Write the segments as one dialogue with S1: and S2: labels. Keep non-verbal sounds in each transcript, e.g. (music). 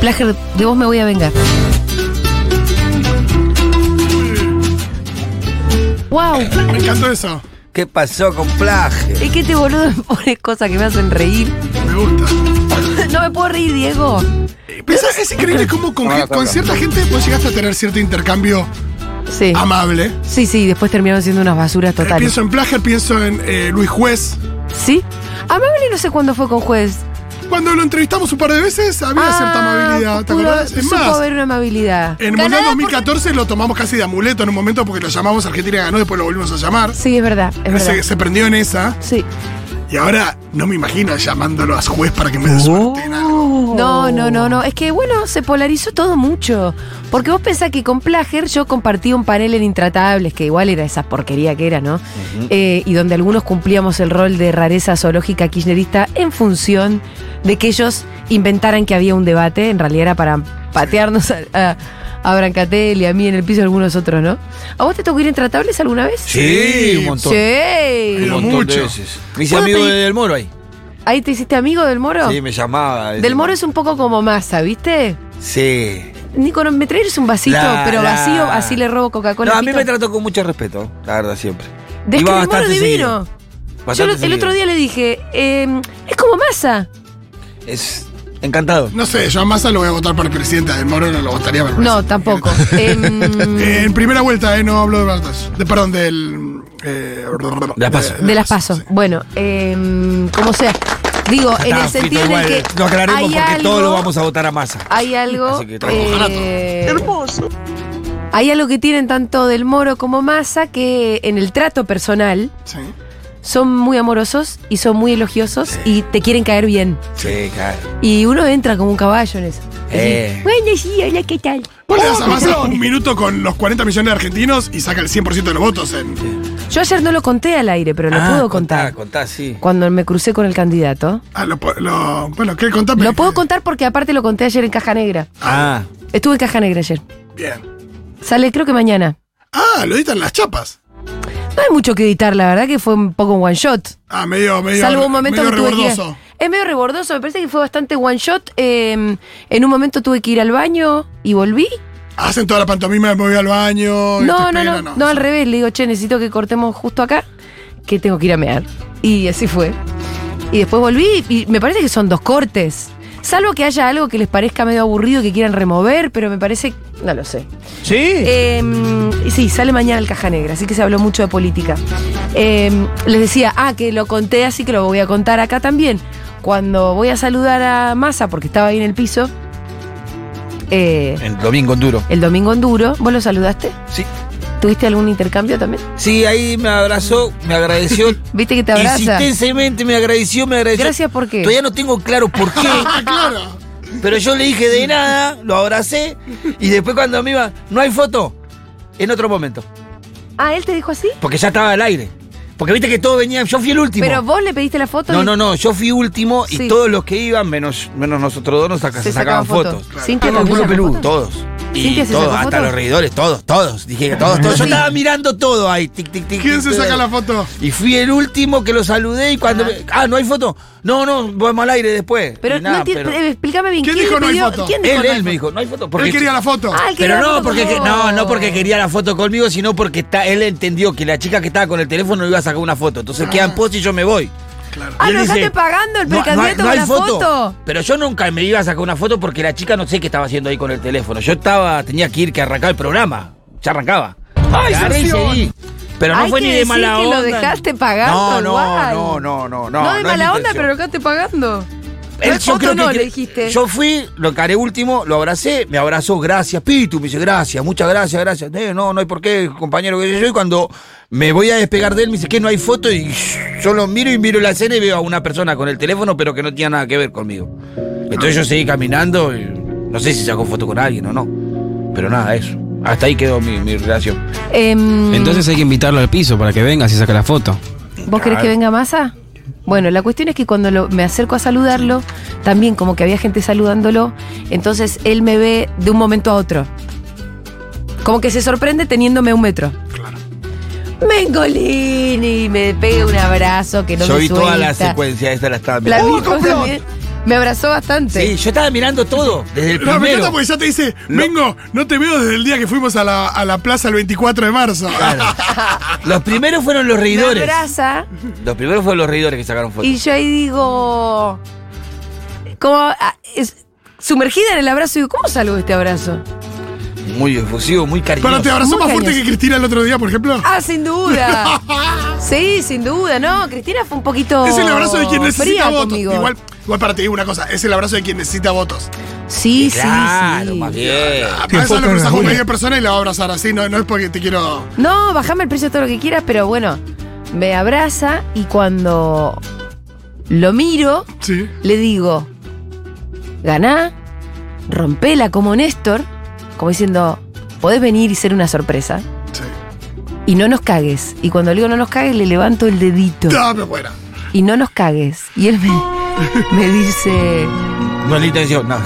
S1: Plager, de vos me voy a vengar. ¡Wow!
S2: Me encantó eso.
S3: ¿Qué pasó con plagio?
S1: Es que este boludo me pone cosas que me hacen reír. (laughs)
S2: Me gusta.
S1: No me puedo reír, Diego.
S2: Pero es, es increíble cómo con,
S4: No,
S2: gen-
S4: no,
S2: con
S4: no.
S2: cierta gente vos llegaste a tener cierto intercambio
S1: Sí.
S2: amable. Eh,
S1: Sí, sí, después terminaron siendo unas basuras totales.
S2: pienso en Plager, pienso en eh, Luis Juez.
S1: ¿Sí? Amable no sé cuándo fue con juez.
S2: Cuando lo entrevistamos un par de veces había cierta
S1: Ah,
S2: amabilidad. ¿Te
S1: pudo-
S2: acordás? Es
S1: supo
S2: más,
S1: haber una amabilidad.
S2: en Mundial 2014 lo tomamos casi de amuleto en un momento porque lo llamamos Argentina ganó, después lo volvimos a llamar.
S1: Sí, es verdad, es verdad.
S2: Se, se prendió en esa.
S1: Sí.
S2: Y ahora no me imagino llamándolo a su juez para que me dé
S1: Oh.
S2: suerte en algo.
S1: No, no, no,
S4: Oh.
S1: no. Es que, bueno, se polarizó todo mucho. Porque vos pensás que con Plager yo compartía un panel en Intratables, que igual era esa porquería que era, ¿no? Eh, y donde algunos cumplíamos el rol de rareza zoológica kirchnerista en función de que ellos inventaran que había un debate. En realidad era para patearnos a, a, a Brancatel y a mí en el piso y algunos otros, ¿no? ¿A vos te tocó ir a Intratables alguna vez?
S4: Sí, un montón.
S1: Sí.
S4: Un montón de veces. Me hice
S1: Bueno,
S4: amigo
S1: pero-
S4: de Del Moro ahí.
S1: ¿Ahí te hiciste amigo del Moro?
S4: Sí, me llamaba.
S1: Del Moro es un poco como masa, ¿viste?
S4: Sí.
S1: Nico, no, me traes un vasito,
S4: La,
S1: pero
S4: la.
S1: vacío, así le robo Coca-Cola.
S4: No, a mí
S1: Pito.
S4: me trató con mucho respeto, la verdad, siempre.
S1: Desde
S4: Iba
S1: que el moro
S4: bastante seguido,
S1: divino. Yo
S4: bastante
S1: lo- el
S4: seguido.
S1: otro día le dije, eh, es como masa.
S4: Es encantado.
S2: No sé, yo a Massa lo voy a votar para el presidente, a Del Moro no lo votaría para el
S1: No,
S2: presidente.
S4: (laughs)
S1: tampoco. Em,
S2: Eh, en primera vuelta, eh, no hablo de Bartas. De, perdón, del. eh,
S4: las Paso.
S1: de las pasos. Bueno, em, como sea. Digo, en el
S4: Está, Fito,
S1: sentido en el
S4: igual, eh.
S1: que.
S4: Lo aclaremos
S1: hay
S4: porque
S1: algo,
S4: todos lo vamos a votar a masa.
S1: Hay algo.
S4: Así que tranquilo.
S1: eh, Hay algo que tienen tanto del moro como masa que en el trato personal
S2: Sí.
S1: son muy amorosos y son muy elogiosos y te quieren caer bien.
S4: Sí, claro.
S1: Y uno entra como un caballo en eso.
S4: Eh.
S1: Bueno, sí, hola, ¿qué tal?
S2: Vos
S4: Oh,
S2: le das a Massa un minuto con los 40 millones de argentinos y saca el 100% de los votos en.
S1: Yo ayer no lo conté al aire, pero lo
S4: Ah,
S1: puedo
S4: contá,
S1: contar.
S4: Contá, sí.
S1: Cuando me crucé con el candidato.
S2: Ah, lo, po- lo- bueno, ¿qué contame?
S1: Lo puedo contar porque aparte lo conté ayer en Caja Negra.
S4: Ah,
S1: Estuve en Caja Negra ayer.
S2: Bien.
S1: Sale creo que mañana.
S2: Ah, lo editan las chapas.
S1: No hay mucho que editar, la verdad que fue un poco un one shot.
S2: Ah, medio, medio.
S1: Salvo un momento
S2: medio
S1: que tuve que
S2: rebordoso.
S1: ir- Es medio rebordoso, me parece que fue bastante one shot. eh, en un momento tuve que ir al baño y volví.
S2: Hacen toda la pantomima de me voy al baño. y
S1: No, no,
S2: te
S1: no,
S2: esperan,
S1: no, al revés. Le digo, che, necesito que cortemos justo acá, que tengo que ir a mear. Y así fue. Y después volví y me parece que son dos cortes. Salvo que haya algo que les parezca medio aburrido y que quieran remover, pero me parece. No lo sé.
S4: ¿Sí?
S1: Eh, sí, sale mañana el Caja Negra, así que se habló mucho de política. Eh, les decía, ah, que lo conté, así que lo voy a contar acá también. Cuando voy a saludar a Massa, porque estaba ahí en el piso, eh,
S4: El domingo en duro.
S1: el domingo en duro, ¿vos lo saludaste?
S4: Sí.
S1: ¿Tuviste algún intercambio también?
S4: Sí, ahí me abrazó, me agradeció.
S1: (laughs) ¿Viste que te abraza?
S4: Insistentemente me agradeció, me agradeció.
S1: Gracias, ¿por qué?
S4: Todavía no tengo claro por
S1: (laughs)
S4: qué,
S2: Ah, claro.
S4: pero yo le dije de nada, lo abracé y después cuando me iba, no hay foto. En otro momento,
S1: Ah, él te dijo así.
S4: porque ya estaba al aire. Porque viste que todos venían, yo fui el último.
S1: Pero vos le pediste la foto.
S4: no,
S1: y
S4: no, no, yo fui último y
S1: Sí.
S4: todos los que iban, menos, menos nosotros dos, nos saca- se sacaban, fotos.
S1: Cintia
S4: Todo
S1: también
S4: el culo
S1: sacó
S4: peludo,
S1: fotos.
S4: todos. Y
S1: ¿Cintia se
S4: todos,
S1: sacó
S4: hasta
S1: fotos?
S4: los reidores, todos, todos. Dije que todos, todos. Yo estaba mirando todo ahí, tic, tic, tic.
S2: ¿Quién
S4: tic,
S2: se
S4: todo.
S2: saca la foto?
S4: Y fui el último que lo saludé y cuando... me- Ah, ¿no hay foto? No, no, vamos al aire después.
S1: Pero
S4: Y nada,
S1: no entiendo,
S4: pero-
S1: eh, explícame bien.
S2: ¿Quién
S1: le
S2: dijo no hay
S1: pidió-
S2: foto?
S1: ¿Quién dijo
S4: Él,
S1: no hay
S4: él me dijo, no hay foto. Porque
S2: Él quería la foto.
S1: foto? Ah, él quería
S4: Pero
S1: la
S4: no,
S1: foto
S4: porque
S1: con
S4: que-
S1: vos.
S4: no, no porque quería la foto conmigo, sino porque está, él entendió que la chica que estaba con el teléfono iba a sacar una foto. Entonces quedan post y yo me voy.
S2: Claro.
S1: Ah,
S4: Y él
S1: lo dejaste
S4: dice,
S1: pagando el precandidato con la foto.
S4: Pero yo nunca me iba a sacar una foto porque la chica no sé qué estaba haciendo ahí con el teléfono. Yo estaba, tenía que ir que arrancar el programa. Ya arrancaba.
S2: ¡Ay,
S4: Agarré y
S2: sanción!
S4: seguí. Pero no
S1: Hay
S4: fue
S1: que
S4: ni de
S1: decir
S4: mala
S1: que lo
S4: onda.
S1: dejaste pagando,
S4: No,
S1: igual.
S4: no, no, no, no.
S1: No, de
S4: es mi
S1: mala onda,
S4: intención.
S1: pero lo dejaste pagando.
S4: Él,
S1: No,
S4: yo
S1: foto
S4: creo que
S1: no
S4: cre-
S1: le dijiste.
S4: Yo fui, lo encaré último, lo abracé, me abrazó, gracias, Pitu, me dice, gracias, muchas gracias, gracias. "Eh, no, no hay por qué, compañero, que yo. Y cuando me voy a despegar de él, me dice que no hay foto y yo lo miro y miro la escena y veo a una persona con el teléfono, pero que no tiene nada que ver conmigo. Entonces yo seguí caminando, y no sé si sacó foto con alguien o no, pero nada, eso. Hasta ahí quedó mi, mi relación.
S1: Em,
S5: Entonces hay que invitarlo al piso para que venga y saca la foto.
S1: ¿Vos querés que venga Massa? Bueno, la cuestión es que cuando lo- me acerco a saludarlo, también como que había gente saludándolo, entonces él me ve de un momento a otro. Como que se sorprende teniéndome a un metro. Mengolini, me pega un abrazo que no
S4: yo
S1: me
S4: vi toda la
S1: suelta.
S4: secuencia, esta la estaba
S1: La
S4: mirando. ¡Oh,
S1: vi, vos también. Me abrazó bastante.
S4: Sí, yo estaba mirando todo, desde el
S2: No, me encanta
S4: primero.
S2: porque ya te dice, vengo, no te veo desde el día que fuimos a la, a la plaza el 24 de marzo.
S4: Los primeros fueron los
S1: Me
S4: reidores.
S1: abraza
S4: Los primeros fueron los reidores que sacaron fotos.
S1: y yo ahí digo. Como. ah, es- sumergida en el abrazo, digo, ¿cómo salgo de este
S4: (laughs)
S1: abrazo?
S4: Muy efusivo, muy cariñoso.
S2: Pero te abrazó
S1: Muy
S2: más fuerte
S1: cariñoso.
S2: que Cristina el otro día, por ejemplo.
S1: Ah, sin duda. Sí, sin duda, ¿no? Cristina fue un poquito.
S2: (laughs) Es el abrazo de quien necesita
S1: fría
S2: votos.
S1: conmigo.
S2: Igual, igual para ti digo una cosa, es el abrazo de quien necesita votos.
S1: Sí, sí,
S4: claro,
S1: sí.
S4: más bien.
S2: Ah, Para eso lo cruzas con cualquier persona y la va a abrazar así, no, no es porque te quiero.
S1: No, bajame el precio todo lo que quieras, pero bueno, me abraza y cuando lo miro,
S2: Sí.
S1: le digo, ganá, rompela como Néstor, como diciendo, podés venir y ser una sorpresa.
S2: Sí.
S1: Y no nos cagues. Y cuando le digo no nos cagues, le levanto el dedito.
S2: Dame fuera.
S1: Y no nos cagues. Y él me, me dice,
S4: No es la intención, no.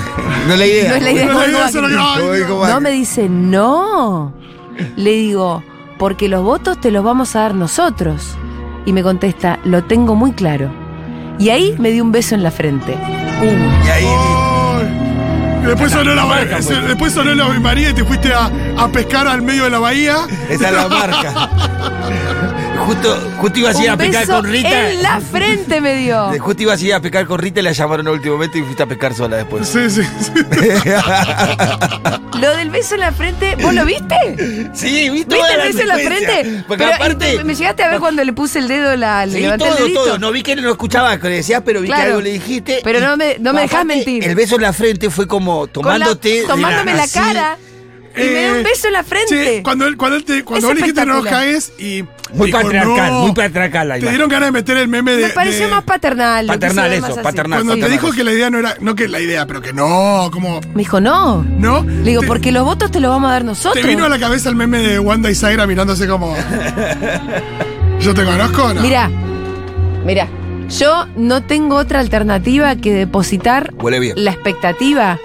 S4: No es la idea.
S1: no es la idea.
S2: (laughs) No,
S1: no,
S2: no,
S1: no,
S2: eso no-
S1: no.
S2: ay,
S3: Uy,
S2: Dios.
S3: cómo-
S1: No, me dice, no. Le digo, porque los votos te los vamos a dar nosotros. Y me contesta, lo tengo muy claro. Y ahí me dio un beso en la frente.
S4: Uh.
S3: Y ahí
S2: Ay. Después sonó, la,
S4: pues.
S2: después sonó la Ave María y te fuiste a, a pescar al medio de la bahía.
S3: esa
S1: (laughs)
S3: es la marca.
S4: Justo, justo iba a ir a
S1: un
S4: pescar
S1: beso
S4: con Rita.
S1: en la frente me
S4: (laughs)
S1: dio.
S4: Justo iba a ir a pescar con Rita y la llamaron al último momento y fuiste a pescar sola después.
S2: Sí, sí, sí.
S1: Lo del beso en la frente, ¿vos lo viste?
S4: Sí, ¿viste?
S1: ¿Viste el beso en la frente?
S4: Porque
S1: Pero,
S4: aparte.
S1: ¿y me llegaste a ver cuando le puse el dedo, la, le
S4: Sí,
S1: levanté
S4: todo,
S1: el dedito.
S4: todo. No vi que no escuchaba que le decías, pero vi que
S1: Claro.
S4: algo le dijiste.
S1: Pero
S4: y-
S1: no me- no me dejás
S4: aparte,
S1: mentir.
S4: El beso en la frente fue como
S1: Con la-
S4: tomándote. de
S1: tomándome la
S4: así.
S1: cara y me dio un beso en la frente.
S2: Sí, cuando él, cuando él te, cuando
S1: Es
S2: vos le dijiste no nos
S1: espectacular.
S2: caes y.
S4: Muy
S2: dijo,
S4: patriarcal,
S2: "No".
S4: muy patriarcal la
S2: Te
S4: imagen.
S2: dieron ganas de meter el meme de.
S1: me pareció
S2: de-
S1: más paternal. lo
S4: Paternal
S1: quise ver
S4: eso,
S1: más así.
S4: paternal.
S2: Cuando te
S4: Paternal.
S2: dijo que la idea no era. No que la idea, pero que no, como.
S1: Me dijo, no.
S2: ¿No?
S1: Le digo,
S2: Te-
S1: porque los votos te los vamos a dar
S2: Te
S1: nosotros.
S2: vino a la cabeza el meme de Wanda y Zaira mirándose como. ¿Yo te conozco? No.
S1: Mirá, mirá. Yo no tengo otra alternativa que depositar
S4: Huele bien.
S1: la expectativa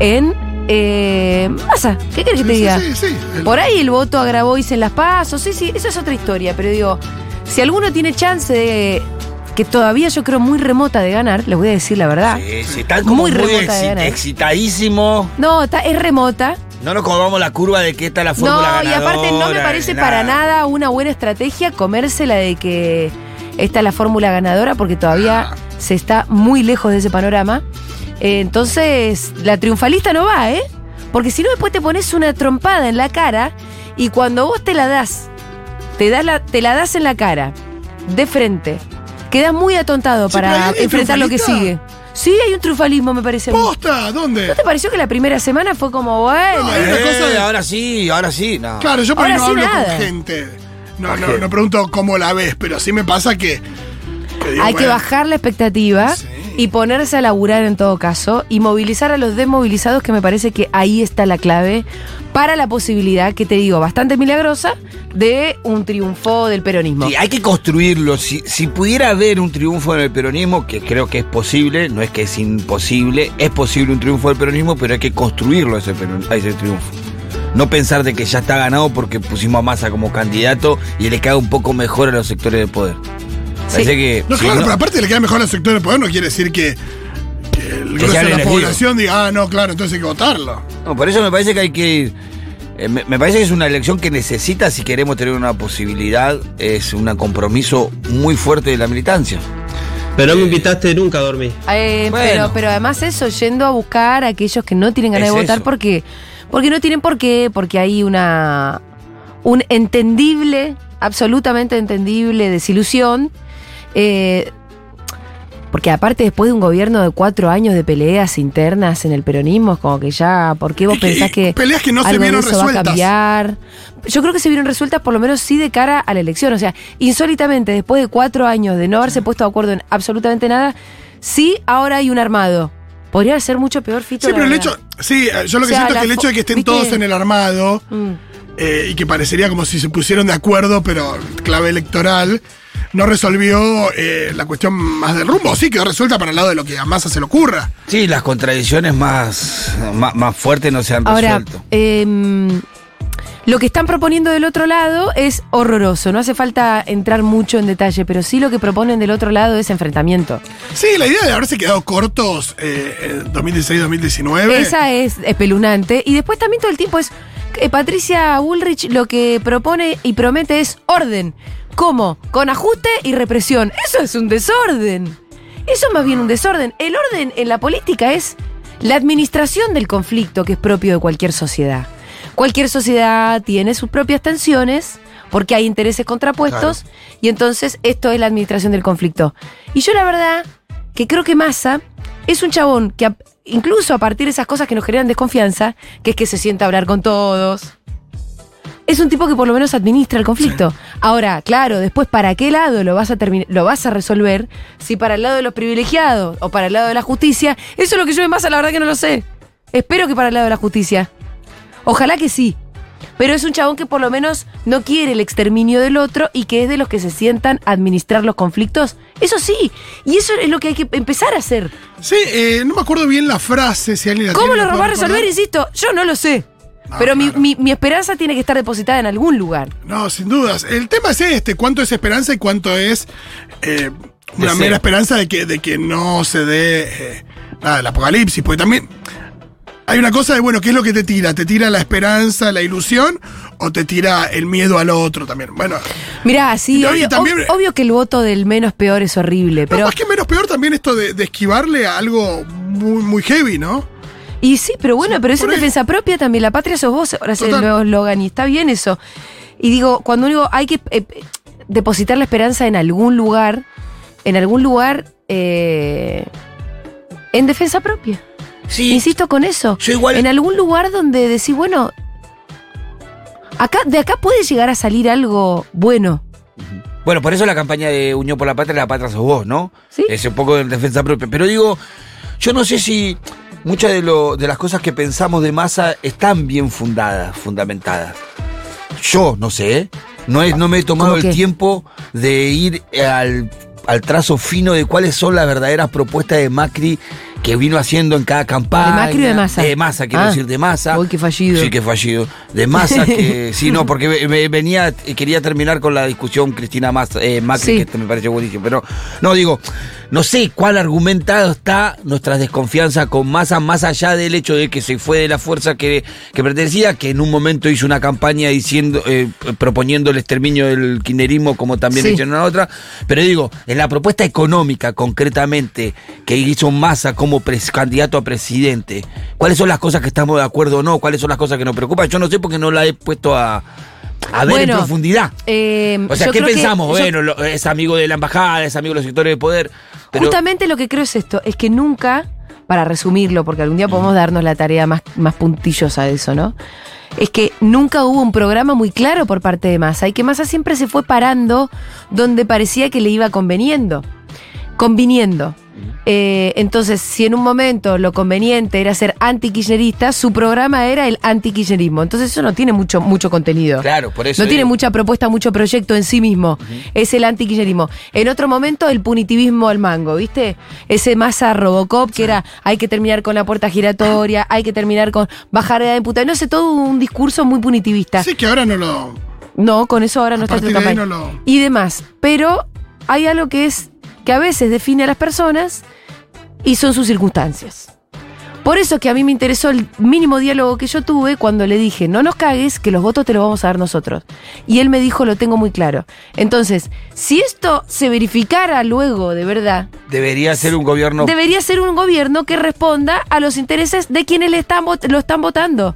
S1: en eh, masa. ¿Qué querés que te
S2: Sí,
S1: diga?
S2: sí, sí. El-
S1: Por ahí el voto agravó y se las pasos. Sí, sí, eso es otra historia. Pero digo, si alguno tiene chance de. que todavía yo creo muy remota de ganar, les voy a decir la verdad.
S4: Sí, sí, están como
S1: Muy
S4: muy,
S1: remota de
S4: exi-
S1: ganar.
S4: excitadísimo.
S1: No, está- es remota.
S4: No nos comamos la curva de que esta es la
S1: No,
S4: fórmula
S1: y aparte no me
S4: ganadora,
S1: parece para nada una buena estrategia comérsela de que esta es la fórmula ganadora porque todavía
S2: Ah.
S1: se está muy lejos de ese panorama. Eh, entonces, la triunfalista no va, ¿eh? Porque si no, después te pones una trompada en la cara y cuando vos te la das, te, das la, te la das en la cara, de frente, quedas muy atontado
S2: Sí, pero
S1: para
S2: hay alguien
S1: enfrentar lo que sigue.
S2: triunfalista.
S1: Sí, hay un triunfalismo, me parece. a mí.
S2: ¿Posta? ¿Dónde?
S1: ¿No te pareció que la primera semana fue como, bueno,
S2: No,
S4: Eh,
S2: Hay una cosa de-
S4: ahora sí, ahora sí. No.
S2: Claro, yo por ahí
S1: Ahora
S2: no
S1: sí
S2: hablo
S1: nada.
S2: con gente. No, no, no pregunto cómo la ves, pero sí me pasa que. que digo,
S1: Hay que
S2: bueno,
S1: bajar la expectativa
S2: Sí.
S1: y ponerse a laburar en todo caso y movilizar a los desmovilizados, que me parece que ahí está la clave para la posibilidad, que te digo, bastante milagrosa, de un triunfo del peronismo.
S4: Sí, hay que construirlo. Si, si pudiera haber un triunfo en el peronismo, que creo que es posible, no es que es imposible, es posible un triunfo del peronismo, pero hay que construirlo ese, peron- a ese triunfo. No pensar de que ya está ganado porque pusimos a Massa como candidato y le queda un poco mejor a los sectores de poder. Parece que.
S2: No,
S4: si
S2: claro, pero aparte le queda mejor al sector del poder, no quiere decir que. que el
S4: Que
S2: grueso
S4: ya
S2: de
S4: lo
S2: la
S4: elegido.
S2: población diga, ah, no, claro, entonces hay que votarlo.
S4: No, por eso me parece que hay que ir. eh, me, me parece que es una elección que necesita, si queremos tener una posibilidad, es un compromiso muy fuerte de la militancia.
S6: Pero no me invitaste nunca a dormir.
S1: Eh,
S4: Bueno.
S1: pero, pero además eso, yendo a buscar a aquellos que no tienen ganas
S4: Es
S1: de votar
S4: eso.
S1: porque, porque no tienen por qué, porque hay una un entendible, absolutamente entendible desilusión. eh, porque aparte después de un gobierno de cuatro años de peleas internas en el peronismo, es como que ya, ¿por qué vos
S2: Y que-
S1: pensás
S2: y
S1: que
S2: peleas que no se
S1: algo de
S2: vieron
S1: eso va a
S2: resueltas.
S1: cambiar? Yo creo que se vieron resueltas por lo menos sí de cara a la elección. O sea, insólitamente, después de cuatro años de no haberse puesto de acuerdo en absolutamente nada, sí ahora hay un armado. Podría ser mucho peor, Fito.
S2: Sí,
S1: la
S2: pero el
S1: verdad.
S2: hecho. Sí, eh, yo lo que
S1: O sea,
S2: siento es que el
S1: la
S2: hecho de que estén
S1: ¿viste?
S2: todos en el armado
S1: Mm.
S2: eh, y que parecería como si se pusieron de acuerdo, pero clave electoral, no resolvió eh, la cuestión más del rumbo. Sí, quedó resuelta para el lado de lo que a Massa se le ocurra.
S4: Sí, las
S1: eh,
S4: contradicciones más, más, más fuertes no se han
S1: Ahora,
S4: resuelto.
S1: em, Lo que están proponiendo del otro lado es horroroso. No hace falta entrar mucho en detalle, pero sí lo que proponen del otro lado es enfrentamiento.
S2: Sí, la idea de haberse quedado cortos eh, en 2016-2019.
S1: Esa es espeluznante. Y después también todo el tiempo es. eh, Patricia Bullrich lo que propone y promete es orden. ¿Cómo? Con ajuste y represión. Eso es un desorden. Eso es más bien un desorden. El orden en la política es la administración del conflicto que es propio de cualquier sociedad. Cualquier sociedad tiene sus propias tensiones porque hay intereses contrapuestos y entonces esto es la administración del conflicto. Y yo la verdad que creo que Massa es un chabón que a- incluso a partir de esas cosas que nos generan desconfianza, que es que se sienta a hablar con todos, es un tipo que por lo menos administra el conflicto. Ahora, claro, después para qué lado lo vas a terminar, lo vas a resolver, si para el lado de los privilegiados o para el lado de la justicia, eso es lo que yo de Massa la verdad que no lo sé. Espero que para el lado de la justicia. Ojalá que sí. Pero es un chabón que por lo menos no quiere el exterminio del otro y que es de los que se sientan a administrar los conflictos. Eso sí, y eso es lo que hay que empezar a hacer.
S2: Sí, eh, no me acuerdo bien la frase, si alguien la
S1: ¿Cómo
S2: tiene,
S1: lo
S2: la
S1: va a
S2: puede recordar.
S1: resolver? Insisto, yo no lo sé.
S2: No,
S1: Pero mi-
S2: claro.
S1: mi- mi esperanza tiene que estar depositada en algún lugar.
S2: No, sin dudas. El tema es este, cuánto es esperanza y cuánto es eh, una
S5: Deseo.
S2: mera esperanza de que, de que no se dé eh, nada, el apocalipsis, porque también hay una cosa de, bueno, ¿qué es lo que te tira? ¿Te tira la esperanza, la ilusión o te tira el miedo al otro también? Bueno,
S1: Mirá, sí,
S2: No, y
S1: obvio,
S2: también-
S1: ob- obvio que el voto del menos peor es horrible,
S2: pero
S1: pero...
S2: más que menos peor también esto de, de esquivarle a algo muy, muy heavy, ¿no?
S1: Y sí, pero bueno, pero es
S2: por
S1: en
S2: ahí. defensa
S1: defensa propia también. La patria sos vos, ahora es el
S2: Total.
S1: nuevo eslogan, y está bien eso. Y digo, cuando digo hay que eh, depositar la esperanza en algún lugar, en algún lugar, eh, en defensa propia.
S4: Sí,
S1: Insisto con eso.
S4: yo igual.
S1: En algún lugar donde decís, bueno, acá, de acá puede llegar a salir algo bueno.
S4: Bueno, por eso la campaña de Unión por la Patria, la patria sos vos, ¿no?
S1: Sí.
S4: Es un poco de defensa propia. Pero digo, yo no sé si muchas de, lo- de las cosas que pensamos de masa están bien fundadas, fundamentadas. Yo no sé, ¿eh? no, es, no me he tomado
S1: ¿Cómo
S4: el
S1: qué?
S4: tiempo de ir eh, al, al trazo fino de cuáles son las verdaderas propuestas de Macri que vino haciendo en cada campaña.
S1: Macri o de Massa?
S4: De masa, quiero
S1: Ah.
S4: decir, de masa.
S1: Uy, qué fallido.
S4: Sí, que fallido. De
S1: (laughs)
S4: masa que. Eh, sí, no, porque ve- ve- venía. eh, Quería terminar con la discusión Cristina Massa, eh, Macri,
S1: Sí.
S4: que esto me pareció buenísimo. Pero no, digo, no sé cuál argumentado está nuestra desconfianza con Massa, más allá del hecho de que se fue de la fuerza que, que pertenecía, que en un momento hizo una campaña diciendo, eh, proponiendo el exterminio del kirchnerismo, como también
S1: Sí.
S4: hicieron en la otra. Pero digo, en la propuesta económica, concretamente, que hizo Massa como pres- candidato a presidente, ¿cuáles son las cosas que estamos de acuerdo o no? ¿Cuáles son las cosas que nos preocupan? Yo no sé porque no la he puesto a, a ver en
S1: Bueno,
S4: profundidad.
S1: Eh,
S4: O sea,
S1: yo
S4: ¿qué
S1: creo que-
S4: pensamos?
S1: yo-
S4: bueno, lo- es amigo de la embajada, es amigo de los sectores de poder. Pero,
S1: Justamente lo que creo es esto, es que nunca, para resumirlo, porque algún día podemos darnos la tarea más, más puntillosa de eso, ¿no? Es que nunca hubo un programa muy claro por parte de Massa y que Massa siempre se fue parando donde parecía que le iba conveniendo. Conviniendo. Eh, entonces, si en un momento lo conveniente era ser anti-kirchnerista, su programa era el anti-kirchnerismo. Entonces, eso no tiene mucho, mucho contenido.
S4: Claro, por eso
S1: No tiene
S4: digo.
S1: mucha propuesta, mucho proyecto en sí mismo. Es el anti-kirchnerismo. En otro momento, el punitivismo al mango, ¿viste? Ese masa Robocop que era hay que terminar con la puerta giratoria, hay que terminar con bajar de edad de puta. No sé, todo un discurso muy punitivista.
S2: Sí, que ahora no lo...
S1: No, con eso ahora no
S2: A
S1: está tu
S2: partir de ahí
S1: campaña.
S2: no lo-
S1: Y demás. Pero hay algo que es que a veces define a las personas y son sus circunstancias. Por eso que a mí me interesó el mínimo diálogo que yo tuve cuando le dije, no nos cagues, que los votos te los vamos a dar nosotros. Y él me dijo, lo tengo muy claro. Entonces, si esto se verificara luego de verdad,
S4: debería ser un gobierno.
S1: debería ser un gobierno que responda a los intereses de quienes le están vot- lo están votando.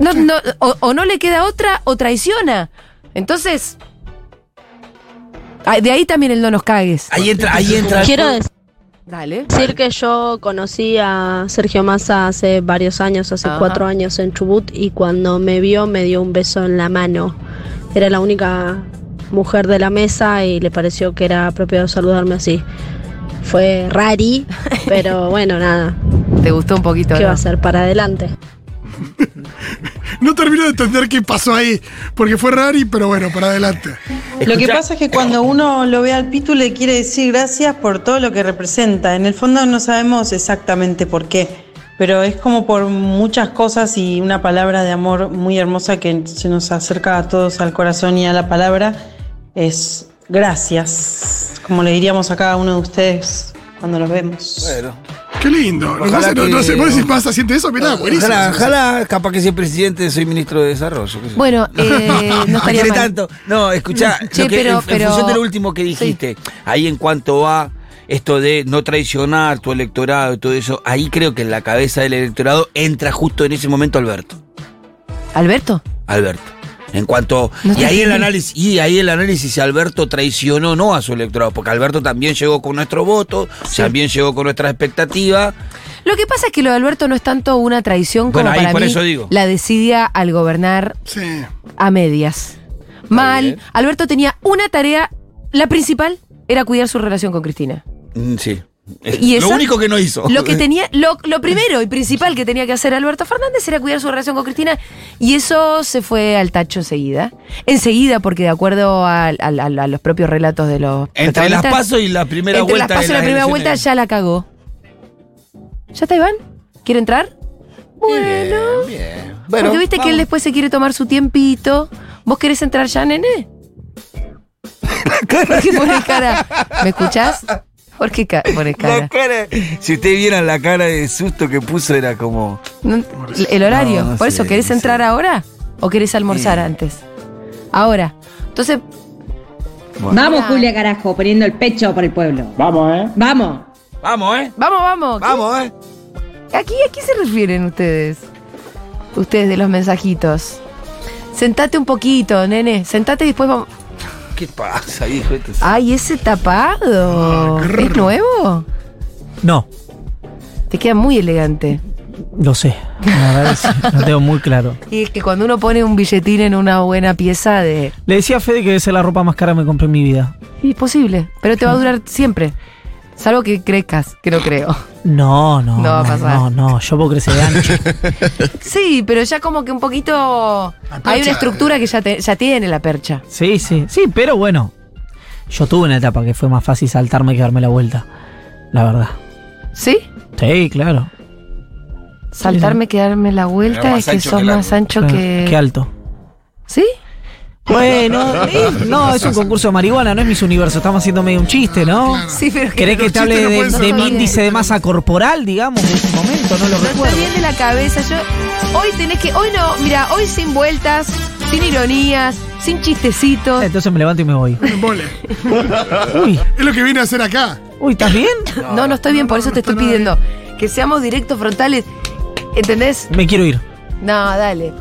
S1: No, no, o, o no le queda otra o traiciona. Entonces, ah, de ahí también el no nos cagues.
S4: Ahí entra, ahí entra.
S7: Quiero
S1: Dale.
S7: decir que yo conocí a Sergio Massa hace varios años, hace
S1: Ajá.
S7: cuatro años en Chubut, y cuando me vio me dio un beso en la mano. Era la única mujer de la mesa y le pareció que era apropiado saludarme así. Fue rari, pero bueno, nada.
S1: Te gustó un poquito.
S7: ¿Qué
S1: ¿no?
S7: va a ser para adelante?
S2: No termino de entender qué pasó ahí, porque fue rari, pero bueno, para adelante.
S8: Lo que
S4: Escuchá-
S8: pasa es que cuando uno lo ve al Pitu le quiere decir gracias por todo lo que representa. En el fondo no sabemos exactamente por qué, pero es como por muchas cosas y una palabra de amor muy hermosa que se nos acerca a todos al corazón y a la palabra es gracias, como le diríamos a cada uno de ustedes cuando los vemos.
S4: Bueno.
S2: Qué lindo. No,
S4: Ojalá
S2: sé, no, no
S4: que-
S2: sé, vos decís pasa, siente eso, mirá, buenísimo.
S4: Ojalá, ojalá, capaz que si es presidente soy ministro de desarrollo. qué sé yo. (laughs)
S1: Bueno, eh, no estaría
S4: quiere
S1: mal. Mm,
S4: tanto. No, escuchá,
S1: Che,
S4: lo que-
S1: pero-
S4: en- en,
S1: pero-
S4: función de lo último que dijiste, ahí en cuanto a esto de no traicionar tu electorado y todo eso, ahí creo que en la cabeza del electorado entra justo en ese momento Alberto.
S1: ¿Alberto?
S4: Alberto. En cuanto.
S1: No
S4: y
S1: te
S4: ahí el
S1: entiendo.
S4: análisis, y ahí el análisis si Alberto traicionó o no a su electorado, porque Alberto también llegó con nuestro voto, también llegó con nuestra expectativa.
S1: Lo que pasa es que lo de Alberto no es tanto una traición como
S4: Bueno, ahí
S1: para
S4: por
S1: mí
S4: eso digo.
S1: la decidía al gobernar
S2: Sí.
S1: a medias. Mal.
S4: bien.
S1: Alberto tenía una tarea, la principal era cuidar su relación con Cristina.
S4: Mm, sí.
S1: Y
S4: lo
S1: esa-
S4: único que no hizo.
S1: Lo que tenía, lo, lo primero y principal que tenía que hacer Alberto Fernández era cuidar su relación con Cristina y eso se fue al tacho enseguida. Enseguida, porque de acuerdo a, a- a- a los propios relatos de los
S4: (laughs) Entre las
S1: protagonistas,
S4: pasos y la primera
S1: entre
S4: vuelta.
S1: las pasos
S4: de
S1: y la primera vuelta
S4: elecciones.
S1: ya la cagó. ¿Ya está Iván? ¿Quiere entrar? Bueno.
S4: Bien, bien.
S1: Porque viste que él
S4: vamos.
S1: después se quiere tomar su tiempito. ¿Vos querés entrar ya, nene? (laughs) ¿Por qué pones cara? ¿Me escuchás? ¿Por qué ca- pones cara?
S4: La cara- Si ustedes vieran la cara de susto que puso, era como.
S1: No- ¿El horario?
S4: No, no
S1: ¿Por
S4: sé,
S1: eso querés
S4: no
S1: entrar
S4: sé.
S1: ahora? ¿O querés almorzar antes? Ahora. Entonces,
S9: Vamos, Julia Carajo, poniendo el pecho por el pueblo. Vamos, ¿eh? Vamos.
S4: Vamos, ¿eh?
S1: vamos, vamos. ¿Qué-
S4: Vamos, ¿eh?
S1: ¿Aquí, ¿A qué se refieren ustedes? Ustedes de los mensajitos. Sentate un poquito, nene. Sentate y después vamos.
S4: ¿Qué pasa, hijo? Esto es-
S1: ¡Ay, ese tapado! ¿Es nuevo?
S10: No,
S1: Te queda muy elegante.
S10: lo sé. La verdad es- lo tengo muy claro.
S1: Y es que cuando uno pone un billetín en una buena pieza de...
S10: Le decía a Fede que esa es la ropa más cara que me compré en mi vida.
S1: Es posible, pero te va a (laughs) durar siempre. Salvo que crezcas, que no creo.
S10: No, no.
S1: No va a
S10: no,
S1: pasar.
S10: No, no, yo puedo crecer de ancho.
S1: (laughs) Sí, pero ya como que un poquito...
S2: percha.
S1: Hay una estructura que ya, te- ya tiene la percha.
S10: (laughs) Sí, sí. Sí, pero bueno. Yo tuve una etapa que fue más fácil saltarme que darme la vuelta. La verdad.
S1: ¿Sí?
S10: Sí, claro.
S1: Saltarme, quedarme la
S4: Era
S1: vuelta es
S4: más
S1: que
S4: ancho
S1: sos
S4: que largo.
S1: más ancho
S10: Claro.
S1: que...
S10: Ah, Qué alto.
S1: ¿Sí?
S10: Bueno, eh, no, es un concurso de marihuana, no es mis universo. Estamos haciendo medio un chiste, ¿no?
S1: Sí, pero... que
S10: ¿Querés que
S2: Los
S10: te hable
S2: chistes no
S10: de,
S2: pueden ser
S10: de
S1: tan
S10: mi índice de
S1: bien.
S10: masa corporal, digamos, de ese momento? No lo
S1: No está
S10: recuerdo.
S1: bien de la cabeza. Yo hoy tenés que, hoy no, mira, hoy sin vueltas, sin ironías, sin chistecitos.
S10: Entonces me levanto y me voy.
S2: Un embole.
S10: Uy,
S2: Es lo que vine a hacer acá.
S10: uy, ¿estás bien?
S1: No, no estoy bien, por eso te estoy pidiendo que seamos directos, frontales. ¿Entendés?
S10: Me quiero ir.
S1: No, dale.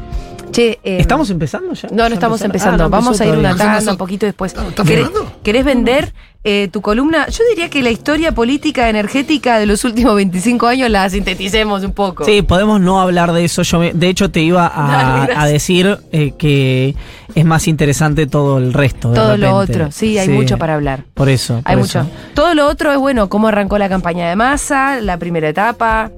S1: Che, eh,
S10: ¿Estamos empezando ya?
S1: No, no
S10: ¿Ya
S1: estamos
S10: empezaron?
S1: empezando.
S10: Ah, no
S1: Vamos
S10: empezó
S1: a ir una
S10: todavía.
S1: tanda un poquito después.
S2: ¿Estás
S1: ¿Querés,
S2: filmando?
S1: querés vender eh, tu columna? Yo diría que la historia política energética de los últimos 25 años la sinteticemos un poco.
S10: Sí, podemos no hablar de eso. Yo me- de hecho, te iba
S1: Dale,
S10: a,
S1: gracias.
S10: a decir eh, que es más interesante todo el resto. de
S1: Todo lo
S10: repente.
S1: otro. Sí, hay mucho para hablar.
S10: Por eso.
S1: Hay
S10: por
S1: mucho.
S10: eso.
S1: Todo lo otro es bueno, cómo arrancó la campaña de masa, la primera etapa.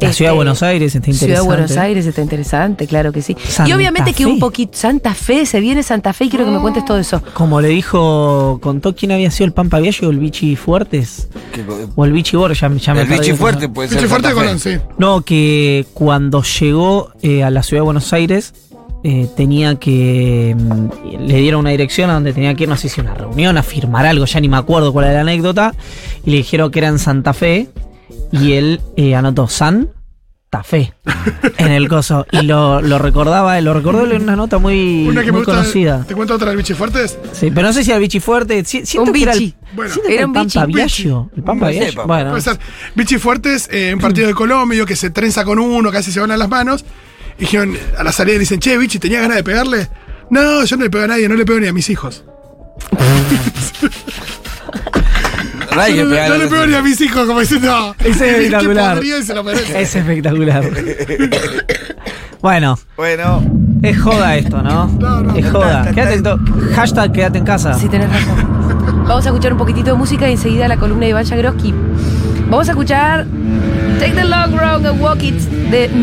S10: La
S1: Este,
S10: ciudad de Buenos Aires está interesante.
S1: Ciudad de Buenos Aires está interesante, claro que sí. y
S10: Santa
S1: obviamente que un
S10: Fe.
S1: poquito. Santa Fe, se viene Santa Fe y quiero que me cuentes todo eso.
S10: Como le dijo, contó quién había sido el Pampa Viaggio, el Bichi Fuertes.
S4: Que-
S10: O el Bichi Borges, ya, me- ya me
S4: El
S10: perdí
S4: bichi
S10: cómo-
S4: fuerte puede ser.
S2: Pinche fuerte
S4: Santa
S2: con
S4: Fe.
S2: Colón, sí.
S10: No, que cuando llegó eh, a la ciudad de Buenos Aires eh, tenía que. mm, le dieron una dirección a donde tenía que ir, no sé si una reunión, a firmar algo, ya ni me acuerdo cuál era la anécdota. Y le dijeron que era en Santa Fe. Y él eh, anotó San. Fe en el coso y lo, lo recordaba, lo recordó en una nota muy,
S2: Una que me
S10: muy
S2: gusta.
S10: conocida.
S2: ¿Te cuento otra del biche fuertes?
S10: Sí, pero no sé si era el bichi fuerte, si- siento
S1: Un
S10: que era el,
S1: bichi.
S2: Bueno.
S10: siento que
S1: Era
S10: el
S1: un
S10: Pampa
S1: bichi.
S10: Biagio, el Pampa
S4: No sé,
S10: Biagio,
S4: Pampa.
S10: bueno.
S2: Puede ser. Vichy Fuertes, eh, un partido de Colombia que se trenza con uno, casi se van a las manos. Y dijeron, a la salida le dicen, che, Vichy, ¿tenía ganas de pegarle? No, yo no le pego a nadie, no le pego ni a mis hijos.
S4: Ay, que
S2: yo, (laughs) no,
S4: pegar
S2: no
S4: a
S2: le
S4: los-
S2: pego ni a mis hijos, como diciendo. (laughs)
S10: Ese es
S2: "El que
S10: espectacular.
S2: podría y se lo
S10: (laughs)
S2: merece".
S10: Es espectacular. bueno,
S4: Bueno,
S10: es joda esto, ¿no?
S2: No, no,
S10: es joda. Quédate en to- Hashtag quédate en casa.
S1: Sí, tenés razón. Vamos a escuchar un poquitito de música y enseguida la columna de Iván Jagroski. Vamos a escuchar Take the Long Road and Walk It de